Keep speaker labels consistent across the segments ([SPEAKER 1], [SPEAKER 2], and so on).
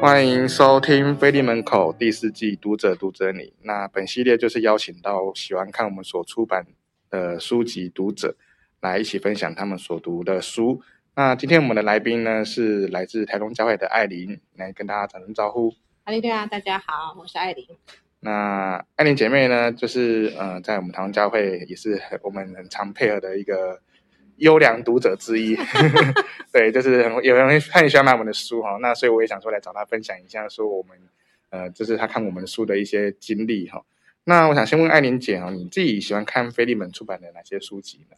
[SPEAKER 1] 欢迎收听《菲利门口》第四季《读者读者你》。那本系列就是邀请到喜欢看我们所出版的书籍读者，来一起分享他们所读的书。那今天我们的来宾呢是来自台中教会的艾琳，来跟大家打声招呼。
[SPEAKER 2] 哈利对啊，大家好，我是艾琳。
[SPEAKER 1] 那艾琳姐妹呢，就是呃，在我们台中教会也是很我们很常配合的一个优良读者之一。对，就是很有人会很喜欢买我们的书哈、那所以我也想说来找她分享一下，说我们呃，就是她看我们书的一些经历哈、那我想先问艾琳姐哦，你自己喜欢看菲利门出版的哪些书籍呢？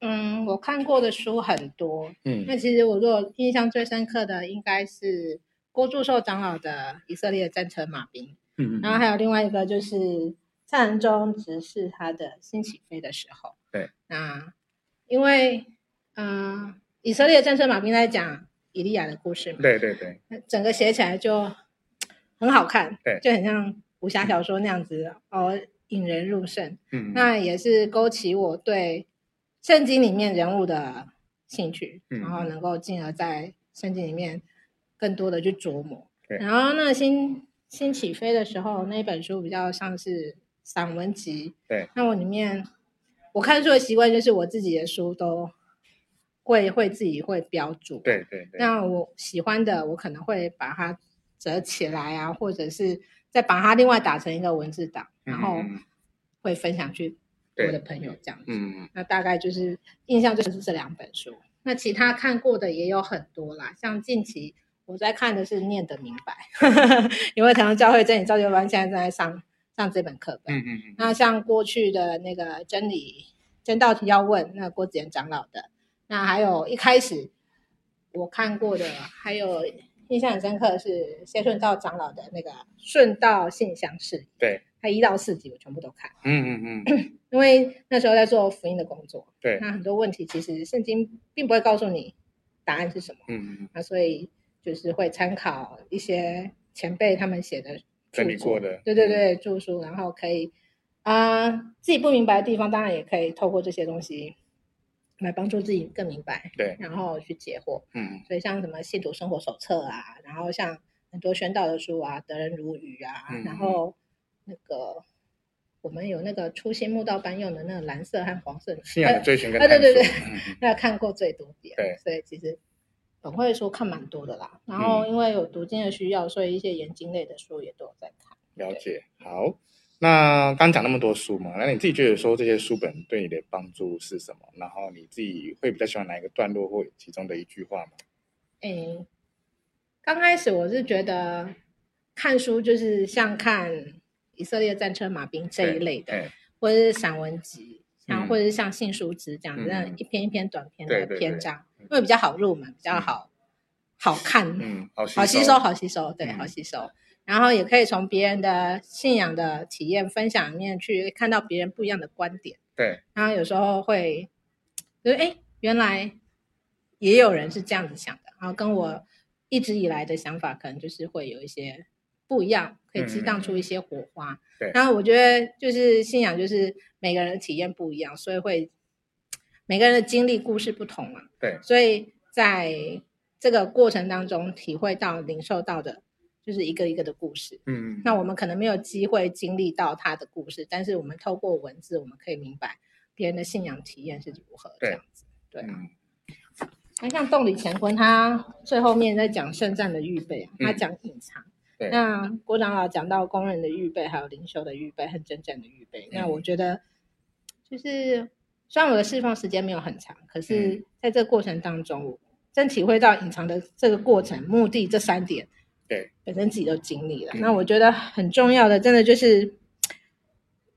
[SPEAKER 2] 嗯，我看过的书很多，
[SPEAKER 1] 嗯
[SPEAKER 2] 那其实我如果印象最深刻的应该是郭祝寿长老的《以色列战车马兵》，
[SPEAKER 1] 嗯
[SPEAKER 2] 然后还有另外一个就是蔡仁忠执事他的《新起飞》的时候。
[SPEAKER 1] 对，
[SPEAKER 2] 那因为嗯、呃以色列战车马兵在讲以利亚的故事嘛，
[SPEAKER 1] 对对对，
[SPEAKER 2] 那整个写起来就很好看，
[SPEAKER 1] 对
[SPEAKER 2] 就很像武侠小说那样子哦，引人入胜。
[SPEAKER 1] 嗯
[SPEAKER 2] 那也是勾起我对圣经里面人物的兴趣，
[SPEAKER 1] 嗯
[SPEAKER 2] 然后能够进而在圣经里面更多的去琢磨。
[SPEAKER 1] 对
[SPEAKER 2] 然后那新新起飞的时候，那一本书比较像是散文集。
[SPEAKER 1] 对，
[SPEAKER 2] 那我里面我看书的习惯就是我自己的书都会会自己会标注。
[SPEAKER 1] 对对对，
[SPEAKER 2] 那我喜欢的，我可能会把它折起来啊，或者是再把它另外打成一个文字档，然后
[SPEAKER 1] 嗯嗯嗯
[SPEAKER 2] 会分享去
[SPEAKER 1] 对
[SPEAKER 2] 我的朋友这样子。
[SPEAKER 1] 嗯
[SPEAKER 2] 那大概就是印象就是这两本书。那其他看过的也有很多啦，像近期我在看的是《念得明白》， 因为台湾教会真理造就班现在正在上上这本课本。
[SPEAKER 1] 嗯嗯嗯，
[SPEAKER 2] 那像过去的那个真理真道题要问，那郭子言长老的，那还有一开始我看过的，还有印象很深刻的是谢顺道长老的那个《顺道信箱事》，
[SPEAKER 1] 对，
[SPEAKER 2] 他一到四集我全部都看，
[SPEAKER 1] 嗯嗯嗯，
[SPEAKER 2] 因为那时候在做福音的工作，
[SPEAKER 1] 对，
[SPEAKER 2] 那很多问题其实圣经并不会告诉你答案是什么，
[SPEAKER 1] 嗯嗯，
[SPEAKER 2] 那所以就是会参考一些前辈他们写的
[SPEAKER 1] 整理
[SPEAKER 2] 著作
[SPEAKER 1] 过的，嗯
[SPEAKER 2] 对对对，著书，然后可以啊、自己不明白的地方，当然也可以透过这些东西来帮助自己更明白，
[SPEAKER 1] 对，
[SPEAKER 2] 然后去解惑。
[SPEAKER 1] 嗯
[SPEAKER 2] 所以像什么信徒生活手册啊，然后像很多宣道的书啊，得人如鱼啊，
[SPEAKER 1] 嗯
[SPEAKER 2] 然后那个我们有那个初心慕道班用的那个蓝色和黄色的，
[SPEAKER 1] 信仰 的追寻跟
[SPEAKER 2] 啊对对对
[SPEAKER 1] 探索嗯嗯
[SPEAKER 2] 那看过最多遍，
[SPEAKER 1] 对
[SPEAKER 2] 所以其实本会书看蛮多的啦。然
[SPEAKER 1] 嗯
[SPEAKER 2] 后因为有读经的需要，所以一些研经类的书也都有在看。
[SPEAKER 1] 了解，好。那刚讲那么多书嘛，那你自己觉得说这些书本对你的帮助是什么？然后你自己会比较喜欢哪一个段落或其中的一句话吗？
[SPEAKER 2] 诶，刚开始我是觉得看书就是像看以色列战车马兵这一类的，
[SPEAKER 1] 哎，
[SPEAKER 2] 或者是散文集，像、
[SPEAKER 1] 嗯
[SPEAKER 2] 或者是像信书集这样子，
[SPEAKER 1] 嗯
[SPEAKER 2] 那
[SPEAKER 1] 嗯
[SPEAKER 2] 一篇一篇短篇
[SPEAKER 1] 对
[SPEAKER 2] 的
[SPEAKER 1] 对对
[SPEAKER 2] 篇章，因为比较好入门，比较好、好看，
[SPEAKER 1] 嗯，好吸
[SPEAKER 2] 好吸收，好吸收，对，
[SPEAKER 1] 嗯
[SPEAKER 2] 好吸收。然后也可以从别人的信仰的体验分享里面去看到别人不一样的观点，
[SPEAKER 1] 对，
[SPEAKER 2] 然后有时候会就是哎，诶原来也有人是这样子想的，然后跟我一直以来的想法可能就是会有一些不一样，可以激荡出一些火花。
[SPEAKER 1] 嗯对
[SPEAKER 2] 然后我觉得就是信仰，就是每个人的体验不一样，所以会每个人的经历故事不同嘛、
[SPEAKER 1] 对
[SPEAKER 2] 所以在这个过程当中，体会到、领受到的，就是一个一个的故事。
[SPEAKER 1] 嗯，
[SPEAKER 2] 那我们可能没有机会经历到他的故事，但是我们透过文字，我们可以明白别人的信仰体验是如何
[SPEAKER 1] 对
[SPEAKER 2] 这样子。对啊，
[SPEAKER 1] 嗯
[SPEAKER 2] 那像洞里乾坤，他最后面在讲圣战的预备啊，他
[SPEAKER 1] 嗯
[SPEAKER 2] 讲隐藏。
[SPEAKER 1] 对
[SPEAKER 2] 那郭长老讲到工人的预备，还有灵修的预备和征战的预备。
[SPEAKER 1] 嗯
[SPEAKER 2] 那我觉得，就是虽然我的释放时间没有很长，可是
[SPEAKER 1] 嗯
[SPEAKER 2] 在这个过程当中，我真体会到隐藏的这个过程、目的这三点，
[SPEAKER 1] 对，
[SPEAKER 2] 本身自己都经历了。
[SPEAKER 1] 嗯
[SPEAKER 2] 那我觉得很重要的，真的就是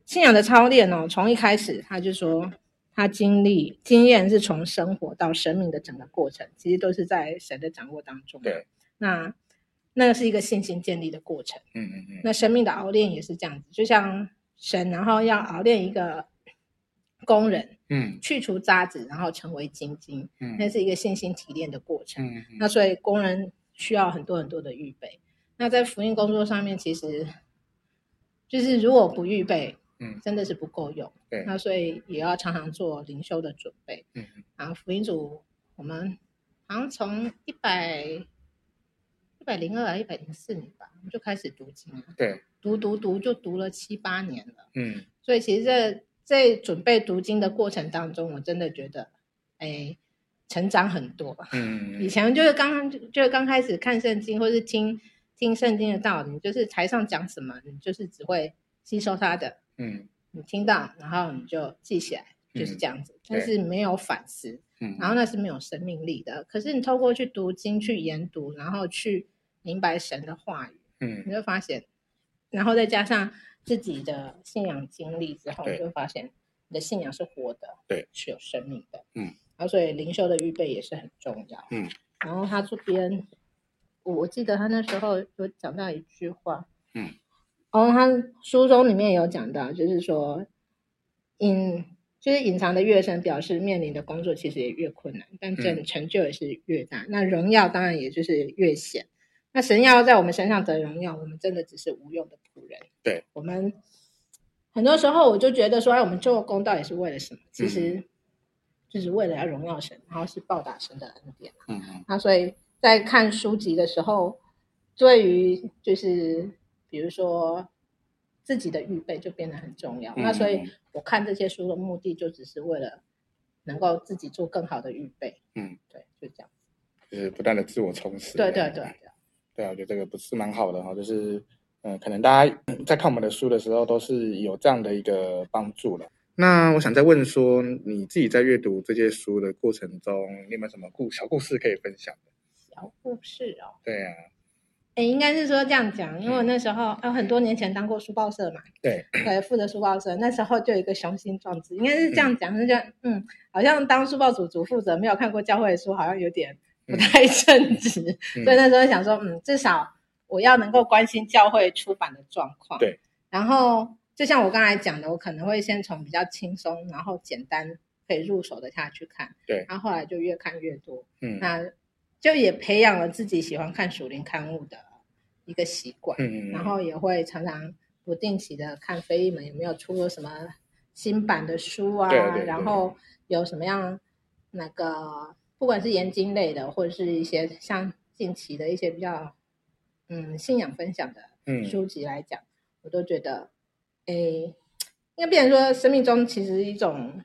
[SPEAKER 2] 信仰的操练哦。从一开始，他就说他经历经验是从生活到生命的整个过程，其实都是在神的掌握当中。
[SPEAKER 1] 对，
[SPEAKER 2] 那那是一个信心建立的过程。
[SPEAKER 1] 嗯嗯嗯，
[SPEAKER 2] 那生命的熬炼也是这样子，就像神，然后要熬炼一个工人，
[SPEAKER 1] 嗯
[SPEAKER 2] 去除渣子，然后成为精金，
[SPEAKER 1] 嗯
[SPEAKER 2] 那是一个信心提炼的过程。
[SPEAKER 1] 嗯嗯
[SPEAKER 2] 那所以工人需要很多很多的预备。那在福音工作上面，其实就是如果不预备，
[SPEAKER 1] 嗯
[SPEAKER 2] 真的是不够用。
[SPEAKER 1] 对
[SPEAKER 2] 那所以也要常常做灵修的准备。
[SPEAKER 1] 嗯
[SPEAKER 2] 然后福音组我们好像从一百一百零二、一百零四年吧，我就开始读经了。
[SPEAKER 1] 对，
[SPEAKER 2] 读读读就读了七八年了。
[SPEAKER 1] 嗯
[SPEAKER 2] 所以其实这在准备读经的过程当中，我真的觉得，哎，成长很多。
[SPEAKER 1] 嗯
[SPEAKER 2] 以前就是刚就是刚开始看圣经，或是听听圣经的道理，就是台上讲什么，你就是只会吸收它的，
[SPEAKER 1] 嗯
[SPEAKER 2] 你听到，然后你就记起来，就是这样子。但是没有反思，
[SPEAKER 1] 嗯，
[SPEAKER 2] 然后那是没有生命力的。可是你透过去读经、去研读，然后去明白神的话语，
[SPEAKER 1] 嗯
[SPEAKER 2] 你就发现，然后再加上自己的信仰经历之后，
[SPEAKER 1] 对
[SPEAKER 2] 你就发现你的信仰是活的，
[SPEAKER 1] 对，
[SPEAKER 2] 是有生命的，
[SPEAKER 1] 嗯，
[SPEAKER 2] 然后所以灵修的预备也是很重要，
[SPEAKER 1] 嗯，
[SPEAKER 2] 然后他这边，我我记得他那时候有讲到一句话，
[SPEAKER 1] 嗯，
[SPEAKER 2] 然后他书中里面有讲到，就是说隐。就是隐藏的越深，表示面临的工作其实也越困难，但
[SPEAKER 1] 嗯
[SPEAKER 2] 成成就也是越大。那荣耀当然也就是越显。那神要在我们身上得荣耀，我们真的只是无用的仆人。
[SPEAKER 1] 对，
[SPEAKER 2] 我们很多时候我就觉得说，哎，我们做工到底是为了什么？
[SPEAKER 1] 嗯
[SPEAKER 2] 其实就是为了要荣耀神，然后是报答神的恩典。
[SPEAKER 1] 嗯嗯
[SPEAKER 2] 那所以在看书籍的时候，对于就是比如说自己的预备就变得很重要。
[SPEAKER 1] 嗯
[SPEAKER 2] 那所以我看这些书的目的，就只是为了能够自己做更好的预备。
[SPEAKER 1] 嗯，
[SPEAKER 2] 对，就这样。
[SPEAKER 1] 就是不断的自我充实。
[SPEAKER 2] 对对对对。
[SPEAKER 1] 对啊，我觉得这个不是蛮好的哈，就是嗯、呃可能大家在看我们的书的时候都是有这样的一个帮助的。那我想再问说，你自己在阅读这些书的过程中，你有没有什么故小故事可以分享的？
[SPEAKER 2] 小故事哦。
[SPEAKER 1] 对啊，
[SPEAKER 2] 哎，应该是说这样讲，因为我那时候、啊很多年前当过书报社嘛，
[SPEAKER 1] 嗯对，
[SPEAKER 2] 对，负责书报社，那时候就有一个雄心壮志，应该是这样讲，那就嗯，好像当书报组组负责没有看过教会的书，好像有点不太称职，
[SPEAKER 1] 嗯
[SPEAKER 2] 所以那时候想说，嗯，至少我要能够关心教会出版的状况，
[SPEAKER 1] 对，
[SPEAKER 2] 然后就像我刚才讲的，我可能会先从比较轻松，然后简单可以入手的下去看，
[SPEAKER 1] 对
[SPEAKER 2] 然后后来就越看越多，
[SPEAKER 1] 嗯嗯
[SPEAKER 2] 那就也培养了自己喜欢看属灵刊物的一个习惯，
[SPEAKER 1] 嗯，
[SPEAKER 2] 然后也会常常不定期的看非议们有没有出了什么新版的书啊，
[SPEAKER 1] 对对对
[SPEAKER 2] 然后有什么样那个不管是研经类的，或者是一些像近期的一些比较嗯信仰分享的
[SPEAKER 1] 嗯
[SPEAKER 2] 书籍来讲，我都觉得，诶，应该变成说生命中其实一种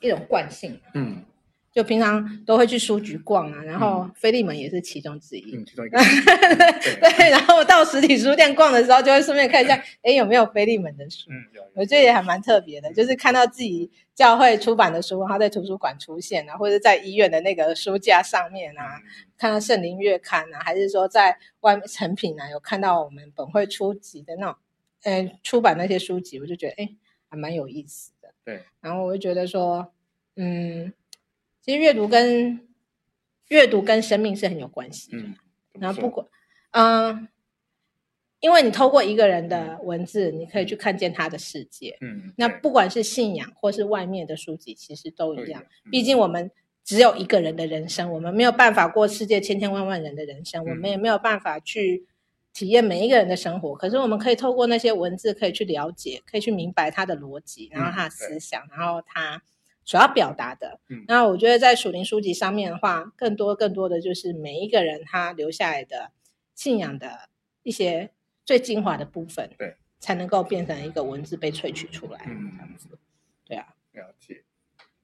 [SPEAKER 2] 一种惯性。
[SPEAKER 1] 嗯
[SPEAKER 2] 就平常都会去书局逛啊，然后菲利门也是其中之一。
[SPEAKER 1] 嗯，其中一个对
[SPEAKER 2] 对，然后到实体书店逛的时候，就会顺便看一下，哎，有没有菲利门的书？
[SPEAKER 1] 嗯有有
[SPEAKER 2] 我觉得也还蛮特别的，就是看到自己教会出版的书，然后在图书馆出现啊，或者在医院的那个书架上面啊，看到《圣灵月刊》啊，还是说在外面成品啊，有看到我们本会出集的那种，嗯，出版那些书籍，我就觉得哎，诶还蛮有意思的。
[SPEAKER 1] 对，
[SPEAKER 2] 然后我就觉得说，嗯，其实阅读跟阅读跟生命是很有关系的。
[SPEAKER 1] 嗯，
[SPEAKER 2] 然后
[SPEAKER 1] 错
[SPEAKER 2] 不管，嗯、因为你透过一个人的文字，你可以去看见他的世界。
[SPEAKER 1] 嗯
[SPEAKER 2] 那
[SPEAKER 1] 对
[SPEAKER 2] 不管是信仰或是外面的书籍，其实都
[SPEAKER 1] 都
[SPEAKER 2] 一
[SPEAKER 1] 一
[SPEAKER 2] 样
[SPEAKER 1] 样。嗯
[SPEAKER 2] 毕竟我们只有一个人的人生，我们没有办法过世界千千万万人的人生，我们也
[SPEAKER 1] 嗯
[SPEAKER 2] 没有办法去体验每一个人的生活。可是我们可以透过那些文字，可以去了解，可以去明白他的逻辑，然后他的思想，然后他所要表达的。
[SPEAKER 1] 嗯
[SPEAKER 2] 那我觉得在属灵书籍上面的话，更多更多的就是每一个人他留下来的信仰的一些最精华的部分，
[SPEAKER 1] 对，
[SPEAKER 2] 才能够变成一个文字被萃取出来，
[SPEAKER 1] 嗯
[SPEAKER 2] 这样子，对啊，
[SPEAKER 1] 了解，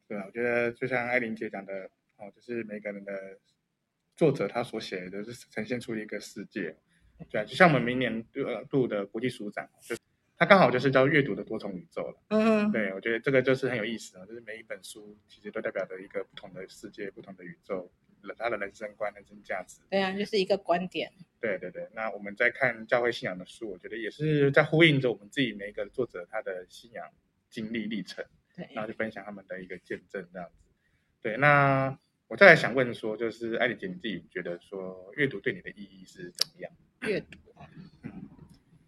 [SPEAKER 1] 对啊，我觉得就像艾琳姐讲的，哦，就是每个人的作者他所写的，就是呈现出一个世界，对啊，就像我们明年度呃度的国际书展，就是它刚好就是叫阅读的多重宇宙了。
[SPEAKER 2] 嗯，
[SPEAKER 1] 对，我觉得这个就是很有意思啊，就是每一本书其实都代表着一个不同的世界、不同的宇宙，他的人生观、人生价值。
[SPEAKER 2] 对啊，就是一个观点，
[SPEAKER 1] 对对对，那我们在看教会信仰的书，我觉得也是在呼应着我们自己每一个作者他的信仰经历历程。
[SPEAKER 2] 对，
[SPEAKER 1] 然后就分享他们的一个见证这样子。对，那我再来想问说，就是艾丽姐，你自己觉得说阅读对你的意义是怎么样？
[SPEAKER 2] 阅读啊，
[SPEAKER 1] 嗯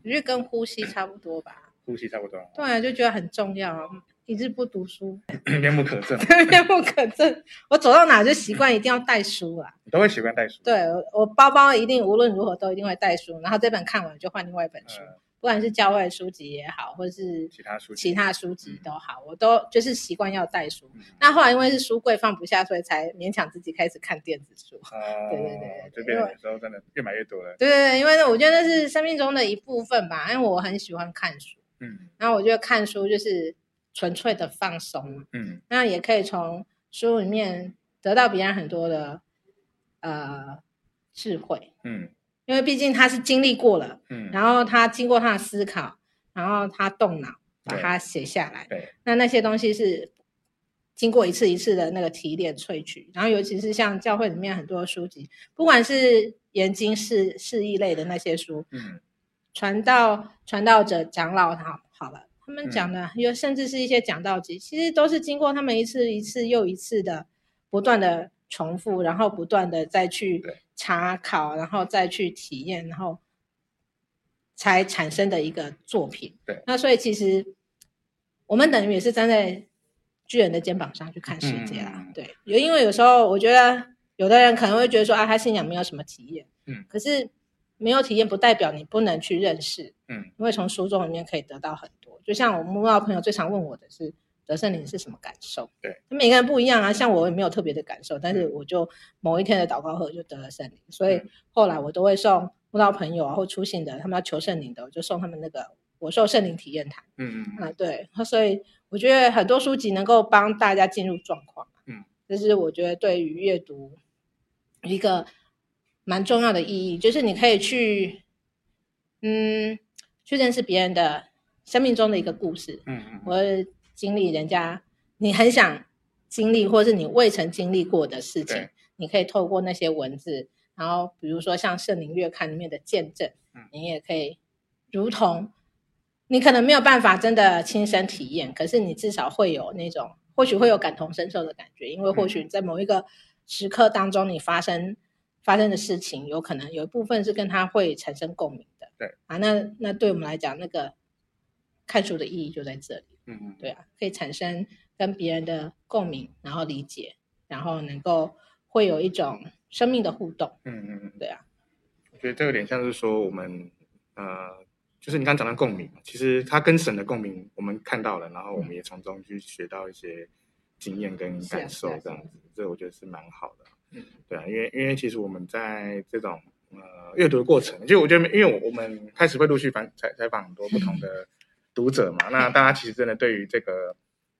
[SPEAKER 2] 我觉得跟呼吸差不多吧，
[SPEAKER 1] 呼吸差不多，
[SPEAKER 2] 对啊，就觉得很重要啊，一日不读 书，
[SPEAKER 1] 面目可憎，
[SPEAKER 2] 面目可憎，我走到哪就习惯一定要带书啊。
[SPEAKER 1] 你都会习惯带书。
[SPEAKER 2] 对我包包一定无论如何都一定会带书，然后这本看完就换另外一本书，
[SPEAKER 1] 嗯
[SPEAKER 2] 不管是教会书籍也好，或是
[SPEAKER 1] 其他书籍
[SPEAKER 2] 其他书籍嗯都好，我都就是习惯要带书。
[SPEAKER 1] 嗯
[SPEAKER 2] 那后来因为是书柜放不下，所以才勉强自己开始看电子书。
[SPEAKER 1] 哦
[SPEAKER 2] 对对对对
[SPEAKER 1] 就
[SPEAKER 2] 对
[SPEAKER 1] 变
[SPEAKER 2] 因
[SPEAKER 1] 成
[SPEAKER 2] 为
[SPEAKER 1] 有时候真的越买越多了。
[SPEAKER 2] 对对对，因为那我觉得那是生命中的一部分吧，因为我很喜欢看书，
[SPEAKER 1] 嗯
[SPEAKER 2] 然后我觉得看书就是纯粹的放松嘛，
[SPEAKER 1] 嗯
[SPEAKER 2] 那也可以从书里面得到别人很多的呃智慧，
[SPEAKER 1] 嗯
[SPEAKER 2] 因为毕竟他是经历过了，
[SPEAKER 1] 嗯，
[SPEAKER 2] 然后他经过他的思考，然后他动脑把
[SPEAKER 1] 对
[SPEAKER 2] 它写下来，
[SPEAKER 1] 对，
[SPEAKER 2] 那那些东西是经过一次一次的那个提炼萃取，然后尤其是像教会里面很多书籍，不管是研经释释义类的那些书，
[SPEAKER 1] 嗯
[SPEAKER 2] 传道传道者长老好好了，他们
[SPEAKER 1] 嗯
[SPEAKER 2] 讲的有、甚至是一些讲道集，其实都是经过他们一次一次又一次的不断的重复，然后不断的再去
[SPEAKER 1] 对
[SPEAKER 2] 查考，然后再去体验，然后才产生的一个作品。
[SPEAKER 1] 对，
[SPEAKER 2] 那所以其实我们等于也是站在巨人的肩膀上去看世界啦。
[SPEAKER 1] 嗯
[SPEAKER 2] 对，有因为有时候我觉得有的人可能会觉得说啊，他信仰没有什么体验，
[SPEAKER 1] 嗯，
[SPEAKER 2] 可是没有体验不代表你不能去认识，
[SPEAKER 1] 嗯，
[SPEAKER 2] 因为从书中里面可以得到很多。就像我慕道朋友最常问我的是。得圣灵是什么感受？
[SPEAKER 1] 对，
[SPEAKER 2] 每个人不一样啊。像我也没有特别的感受，但是我就某一天的祷告后就得了圣灵，所以
[SPEAKER 1] 嗯
[SPEAKER 2] 后来我都会送慕道朋友啊或出信的，他们要求圣灵的，我就送他们那个我受圣灵体验谈。
[SPEAKER 1] 嗯嗯
[SPEAKER 2] 啊，对，所以我觉得很多书籍能够帮大家进入状况，啊
[SPEAKER 1] 嗯，
[SPEAKER 2] 这是我觉得对于阅读一个蛮重要的意义，就是你可以去，嗯，去认识别人的生命中的一个故事，
[SPEAKER 1] 嗯嗯
[SPEAKER 2] 或者经历人家你很想经历，或是你未曾经历过的事情
[SPEAKER 1] 对，
[SPEAKER 2] 你可以透过那些文字，然后比如说像《圣灵月刊》里面的见证
[SPEAKER 1] 嗯，
[SPEAKER 2] 你也可以如同你可能没有办法真的亲身体验，可是你至少会有那种或许会有感同身受的感觉，因为或许在某一个时刻当中，你发生发生的事情，有可能有一部分是跟他会产生共鸣的。
[SPEAKER 1] 对
[SPEAKER 2] 啊，那那对我们来讲，那个看书的意义就在这里。
[SPEAKER 1] 嗯嗯，
[SPEAKER 2] 对啊，可以产生跟别人的共鸣，然后理解，然后能够会有一种生命的互动，
[SPEAKER 1] 嗯嗯嗯，
[SPEAKER 2] 对啊，
[SPEAKER 1] 我觉得这有点像是说我们呃，就是你刚刚讲到共鸣嘛，其实它跟神的共鸣，我们看到了，然后我们也从中去学到一些经验跟
[SPEAKER 2] 是啊
[SPEAKER 1] 感受
[SPEAKER 2] 是啊，
[SPEAKER 1] 这样
[SPEAKER 2] 是啊
[SPEAKER 1] 子，这我觉得是蛮好的。
[SPEAKER 2] 嗯，
[SPEAKER 1] 对啊，因为因为其实我们在这种呃阅读的过程，就我觉得，因为我我们开始会陆续访采采访很多不同 的读者嘛，那大家其实真的对于这个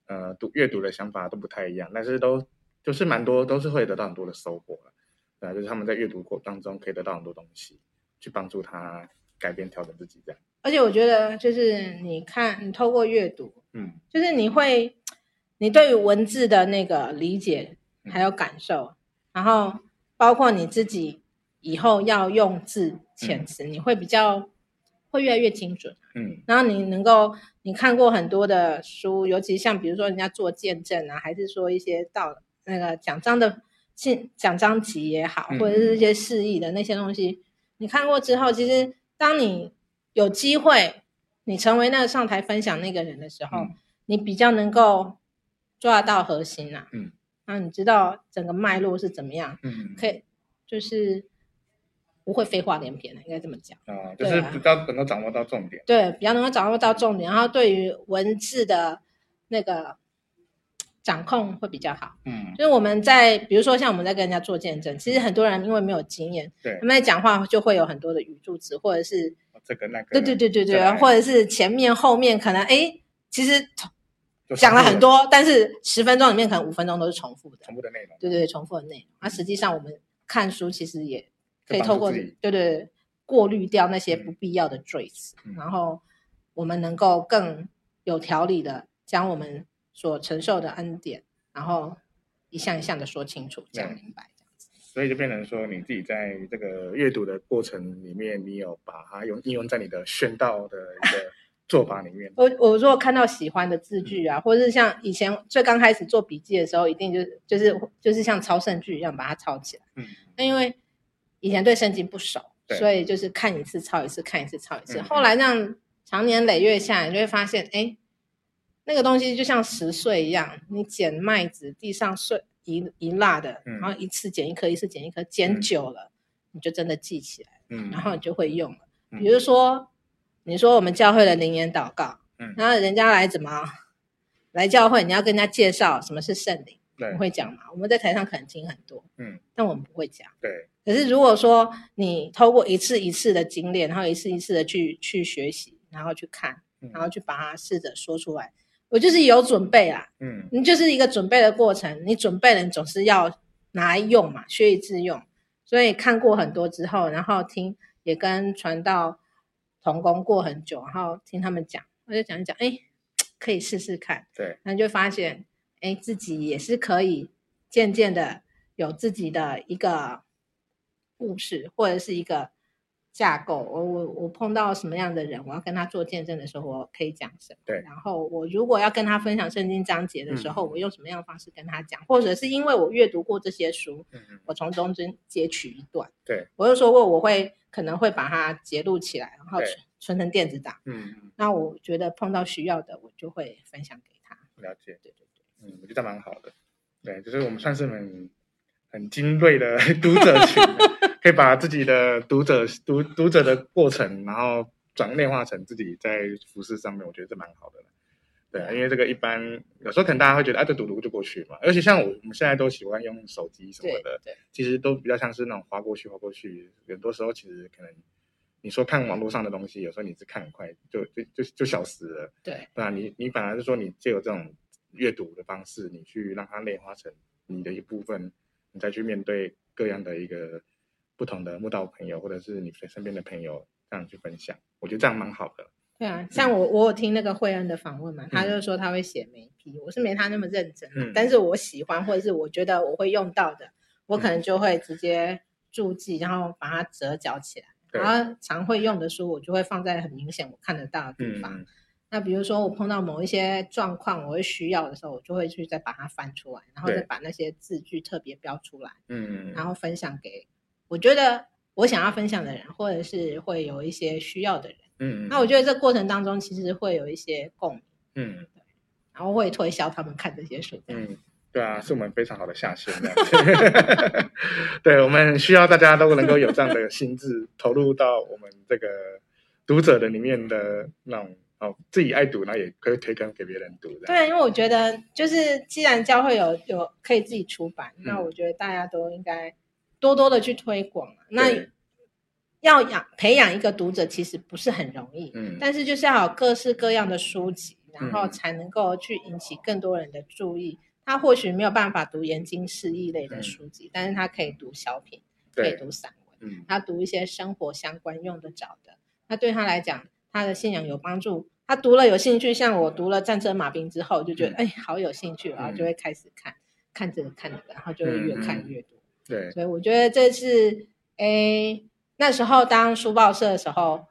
[SPEAKER 1] 呃读阅读的想法都不太一样，但是都就是蛮多都是会得到很多的收获了，对啊，就是他们在阅读过当中可以得到很多东西，去帮助他改变调整自己这样。
[SPEAKER 2] 而且我觉得就是你看，你透过阅读，
[SPEAKER 1] 嗯
[SPEAKER 2] 就是你会，你对于文字的那个理解还有感受，然后包括你自己以后要用字遣词，你会比较会越来越精准。
[SPEAKER 1] 嗯
[SPEAKER 2] 然后你能够，你看过很多的书，尤其像比如说人家做见证啊，还是说一些到那个奖章的信奖章集也好，
[SPEAKER 1] 嗯
[SPEAKER 2] 或者是一些释义的那些东西，你看过之后，其实当你有机会，你成为那个上台分享那个人的时候，
[SPEAKER 1] 嗯
[SPEAKER 2] 你比较能够抓到核心呐、啊，
[SPEAKER 1] 嗯，
[SPEAKER 2] 然后你知道整个脉络是怎么样，
[SPEAKER 1] 嗯，
[SPEAKER 2] 可以就是不会废话连篇的，应该这么讲。
[SPEAKER 1] 啊、就是比较能够掌握到重点。
[SPEAKER 2] 对，比较能够掌握到重点，然后对于文字的那个掌控会比较好。
[SPEAKER 1] 嗯，
[SPEAKER 2] 就是我们在，比如说像我们在跟人家做见证，其实很多人因为没有经验，
[SPEAKER 1] 对
[SPEAKER 2] 他，们在讲话就会有很多的语助词，或者是
[SPEAKER 1] 这个那个，
[SPEAKER 2] 对对对对
[SPEAKER 1] 再
[SPEAKER 2] 对
[SPEAKER 1] 来，
[SPEAKER 2] 或者是前面后面可能哎，其实
[SPEAKER 1] 就
[SPEAKER 2] 讲了很
[SPEAKER 1] 重复
[SPEAKER 2] 多，但是十分钟里面可能五分钟都是重复的
[SPEAKER 1] 的，重复的内容。
[SPEAKER 2] 对对，对重复的内容。那实际上我们看书其实也可以
[SPEAKER 1] 就帮
[SPEAKER 2] 透
[SPEAKER 1] 助
[SPEAKER 2] 过
[SPEAKER 1] 自己
[SPEAKER 2] 对对对过滤掉那些
[SPEAKER 1] 嗯
[SPEAKER 2] 不必要的赘词，
[SPEAKER 1] 嗯
[SPEAKER 2] 然后我们能够更有条理的将我们所承受的恩典，然后一项一项的说清楚，讲
[SPEAKER 1] 嗯
[SPEAKER 2] 明白。这样子
[SPEAKER 1] 所以就变成说，你自己在这个阅读的过程里面，你有把它用应用在你的宣道的一 个做法里面。
[SPEAKER 2] 我我如果看到喜欢的字句
[SPEAKER 1] 嗯
[SPEAKER 2] 啊，或者是像以前最刚开始做笔记的时候，一定就是就是就是像抄圣句一样把它抄起来。
[SPEAKER 1] 嗯
[SPEAKER 2] 那因为以前对圣经不熟，
[SPEAKER 1] 对
[SPEAKER 2] 所以就是看一次抄一次，看一次抄一次。
[SPEAKER 1] 嗯
[SPEAKER 2] 后来这样长年累月下来，你就会发现，哎，那个东西就像拾穗一样，你捡麦子，地上穗一一落的，
[SPEAKER 1] 嗯
[SPEAKER 2] 然后一次捡一颗，一次捡一颗，捡
[SPEAKER 1] 嗯
[SPEAKER 2] 久了、你就真的记起来，
[SPEAKER 1] 嗯
[SPEAKER 2] 然后你就会用了。
[SPEAKER 1] 嗯
[SPEAKER 2] 比如说，你说我们教会的灵言祷告，
[SPEAKER 1] 嗯
[SPEAKER 2] 然后人家来怎么来教会，你要跟人家介绍什么是圣灵，
[SPEAKER 1] 对
[SPEAKER 2] 你会讲吗？我们在台上可能听很多，
[SPEAKER 1] 嗯，
[SPEAKER 2] 但我们不会讲。
[SPEAKER 1] 对，
[SPEAKER 2] 可是如果说你透过一次一次的经历，然后一次一次的去去学习，然后去看，
[SPEAKER 1] 嗯
[SPEAKER 2] 然后去把它试着说出来，我就是有准备啦。
[SPEAKER 1] 嗯
[SPEAKER 2] 你就是一个准备的过程，你准备了，你总是要拿来用嘛，学以致用。所以看过很多之后，然后听也跟传道同工过很久，然后听他们讲，我就讲一讲，哎，可以试试看。
[SPEAKER 1] 对，
[SPEAKER 2] 然后就发现，哎，自己也是可以渐渐的有自己的一个故事或者是一个架构。我我我碰到什么样的人，我要跟他做见证的时候，我可以讲什么？
[SPEAKER 1] 对嗯
[SPEAKER 2] 然后我如果要跟他分享圣经章节的时候，我用什么样的方式跟他讲？或者是因为我阅读过这些书，
[SPEAKER 1] 嗯嗯
[SPEAKER 2] 我从中间截取一段。
[SPEAKER 1] 对，
[SPEAKER 2] 我就说过我会可能会把它截录起来，然后
[SPEAKER 1] 对
[SPEAKER 2] 存存成电子档。
[SPEAKER 1] 嗯嗯，
[SPEAKER 2] 那我觉得碰到需要的，我就会分享给他。
[SPEAKER 1] 了解，
[SPEAKER 2] 对对对。
[SPEAKER 1] 嗯，我觉得蛮好的，对，就是我们算是很很精锐的 读者群啊，可以把自己的读者读读者的过程，然后转内化成自己在服饰上面，我觉得这蛮好的了。对啊，因为这个一般有时候可能大家会觉得，啊，这读读就过去嘛。而且像我，我们现在都喜欢用手机什么
[SPEAKER 2] 对
[SPEAKER 1] 的，
[SPEAKER 2] 对
[SPEAKER 1] 其实都比较像是那种划过去、划过去。很多时候其实可能你说看网络上的东西，有时候你是看很快就就就就消失了。
[SPEAKER 2] 对
[SPEAKER 1] 那你你反而是说你借由这种阅读的方式，你去让它内化成你的一部分，你再去面对各样的一个不同的慕道朋友，或者是你身边的朋友，这样去分享，我觉得这样蛮好的。
[SPEAKER 2] 对啊，
[SPEAKER 1] 嗯
[SPEAKER 2] 像我我有听那个惠恩的访问嘛，他就说他会写眉批，我是没他那么认真啊、
[SPEAKER 1] 嗯
[SPEAKER 2] 但是我喜欢或者是我觉得我会用到的，我可
[SPEAKER 1] 嗯
[SPEAKER 2] 能就会直接注记，然后把它折角起来。
[SPEAKER 1] 对，
[SPEAKER 2] 然后常会用的书，我就会放在很明显我看得到的地
[SPEAKER 1] 嗯
[SPEAKER 2] 方。
[SPEAKER 1] 嗯
[SPEAKER 2] 那比如说我碰到某一些状况，我会需要的时候，我就会去再把它翻出来，然后再
[SPEAKER 1] 对
[SPEAKER 2] 把那些字句特别标出来。
[SPEAKER 1] 嗯，
[SPEAKER 2] 然后分享给我觉得我想要分享的人，或者是会有一些需要的人。
[SPEAKER 1] 嗯嗯，
[SPEAKER 2] 那我觉得这过程当中其实会有一些共鸣，
[SPEAKER 1] 嗯
[SPEAKER 2] 然后会推销他们看这些书。这样
[SPEAKER 1] 嗯，对啊，是我们非常好的下线。这样 子 对，我们需要大家都能够有这样的心智，投入到我们这个读者的里面的那种哦，自己爱读，然后也可以推荐给别人读。这样，
[SPEAKER 2] 对，因为我觉得就是既然教会有有可以自己出版，
[SPEAKER 1] 嗯
[SPEAKER 2] 那我觉得大家都应该多多的去推广啊。那
[SPEAKER 1] 对
[SPEAKER 2] 要养培养一个读者其实不是很容易，
[SPEAKER 1] 嗯，
[SPEAKER 2] 但是就是要有各式各样的书籍，然后
[SPEAKER 1] 嗯
[SPEAKER 2] 才能够去引起更多人的注意。他或许没有办法读研经释义类的
[SPEAKER 1] 嗯
[SPEAKER 2] 书籍，但是他可以读小品，可以
[SPEAKER 1] 对，
[SPEAKER 2] 读散文，
[SPEAKER 1] 嗯
[SPEAKER 2] 他读一些生活相关用得着的。那对他来讲，他的信仰有帮助。他读了有兴趣，像我读了《战争马兵》之后，就觉得、
[SPEAKER 1] 嗯
[SPEAKER 2] 哎，好有兴趣，然啊后就
[SPEAKER 1] 嗯
[SPEAKER 2] 会开始看，看这个看那个，然后就会越
[SPEAKER 1] 嗯
[SPEAKER 2] 看
[SPEAKER 1] 嗯
[SPEAKER 2] 越多。
[SPEAKER 1] 对，
[SPEAKER 2] 所以我觉得这是诶那时候当书报社的时候，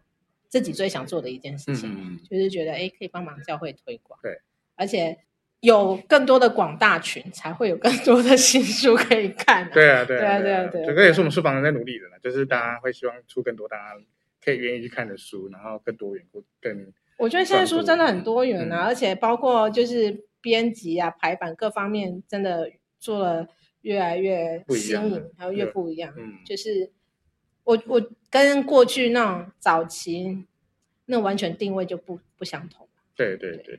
[SPEAKER 2] 自己最想做的一件事
[SPEAKER 1] 嗯
[SPEAKER 2] 情，
[SPEAKER 1] 嗯
[SPEAKER 2] 就是觉得诶可以帮忙教会推广，
[SPEAKER 1] 对，
[SPEAKER 2] 而且有更多的广大群，才会有更多的新书可以看、啊。
[SPEAKER 1] 对啊，对啊，
[SPEAKER 2] 对啊
[SPEAKER 1] 啊
[SPEAKER 2] 对啊
[SPEAKER 1] 这个也是我们书房人在努力的啦，就是大家会希望出更多大家可以愿意去看的书，然后更多元、更
[SPEAKER 2] 我觉得现在书真的很多元啊，
[SPEAKER 1] 嗯
[SPEAKER 2] 而且包括就是编辑啊、排版各方面，真的做了越来越
[SPEAKER 1] 不一
[SPEAKER 2] 新
[SPEAKER 1] 样了
[SPEAKER 2] 颖，然后越
[SPEAKER 1] 对
[SPEAKER 2] 不一样。
[SPEAKER 1] 嗯
[SPEAKER 2] 就是我我跟过去那种早期那完全定位就不不相同。
[SPEAKER 1] 对对对，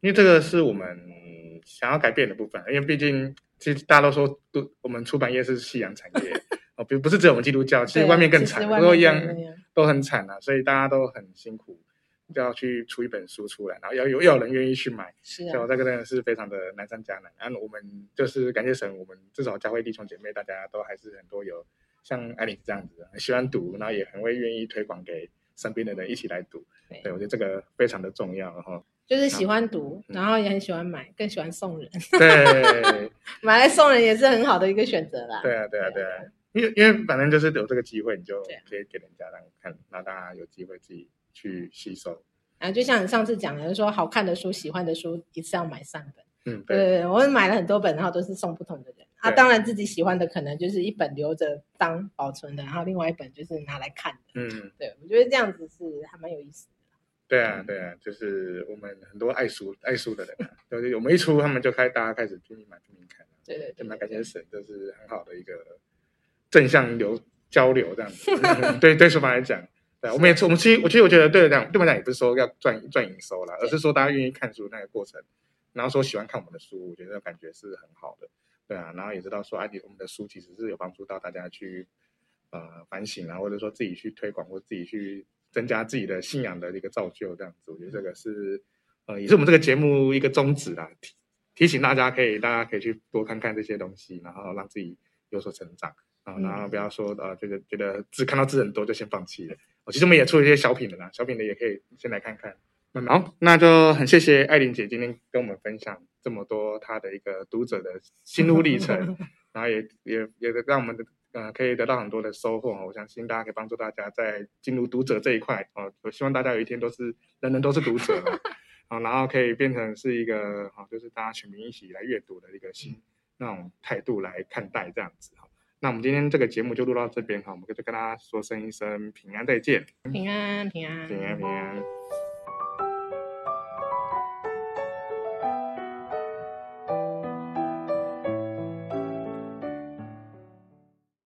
[SPEAKER 1] 因为这个是我们想要改变的部分，因为毕竟其实大家都说读我们出版业是夕阳产业哦，不不是只有我们基督教，其实
[SPEAKER 2] 对啊
[SPEAKER 1] 外面更
[SPEAKER 2] 其实
[SPEAKER 1] 惨，
[SPEAKER 2] 外
[SPEAKER 1] 都
[SPEAKER 2] 面
[SPEAKER 1] 一样
[SPEAKER 2] 更 那样
[SPEAKER 1] 都很惨啊，所以大家都很辛苦，要去出一本书出来，然后要有要有人愿意去买，
[SPEAKER 2] 是
[SPEAKER 1] 所以
[SPEAKER 2] 啊
[SPEAKER 1] 我，这个真的是非常的难上加难。然后我们就是感谢神，我们至少教会弟兄姐妹大家都还是很多有像艾琳这样子，很喜欢读，然后也很会愿意推广给身边的人一起来读。
[SPEAKER 2] 对
[SPEAKER 1] 对，我觉得这个非常的重要。然后，
[SPEAKER 2] 就是喜欢读，
[SPEAKER 1] 嗯
[SPEAKER 2] 然后也很喜欢买，更喜欢送人，
[SPEAKER 1] 对，
[SPEAKER 2] 买来送人也是很好的一个选择啦。
[SPEAKER 1] 对啊，对啊，
[SPEAKER 2] 对
[SPEAKER 1] 对
[SPEAKER 2] 啊
[SPEAKER 1] 啊，因为因为反正就是有这个机会，你就
[SPEAKER 2] 对啊
[SPEAKER 1] 可以给人家让看，让大家有机会自己去吸收。
[SPEAKER 2] 然啊后就像你上次讲的，就是说好看的书、喜欢的书，一次要买三本。
[SPEAKER 1] 嗯，
[SPEAKER 2] 对
[SPEAKER 1] 对，
[SPEAKER 2] 对对，我们买了很多本，然后都是送不同的人啊。
[SPEAKER 1] 对
[SPEAKER 2] 当然自己喜欢的可能就是一本留着当保存的，然后另外一本就是拿来看的。
[SPEAKER 1] 嗯，
[SPEAKER 2] 对，我觉得这样子是还蛮有意思的。
[SPEAKER 1] 对啊，对啊，就是我们很多爱书爱书的人啊，就是我们一出，他们就开大家开始拼命买拼命看啊，
[SPEAKER 2] 对对
[SPEAKER 1] 就
[SPEAKER 2] 对
[SPEAKER 1] 蛮感谢神，就是 很好的一个正向流交流这样子，对对书房来讲。对，我们也我们其实我其实我觉得对我讲，对我们讲也不是说要赚赚营收啦，而是说大家愿意看书那个过程，然后说喜欢看我们的书，我觉得感觉是很好的，对啊，然后也知道说，哎、啊，我们的书其实是有帮助到大家去呃反省啊，或者说自己去推广，或自己去增加自己的信仰的一个造就，这样子，我觉得这个是呃也是我们这个节目一个宗旨啦，提提醒大家可以大家可以去多看看这些东西，然后让自己有所成长啊，然后不要说呃觉得觉得字看到字很多就先放弃了。我其实我们也出一些小品的啦，小品的也可以先来看看。那么嗯好，那就很谢谢艾琳姐今天跟我们分享这么多她的一个读者的心路历 程，然后也也也让我们的呃可以得到很多的收获。我相信大家可以帮助大家在进入读者这一块哦。我希望大家有一天都是人人都是读 者，啊然后可以变成是一个好，就是大家全民一起来阅读的一个
[SPEAKER 2] 嗯
[SPEAKER 1] 新那种态度来看待这样子哈。那我们今天这个节目就录到这边哈，我们就跟大家说声一声平安再见，
[SPEAKER 2] 平安平安
[SPEAKER 1] 平安平安。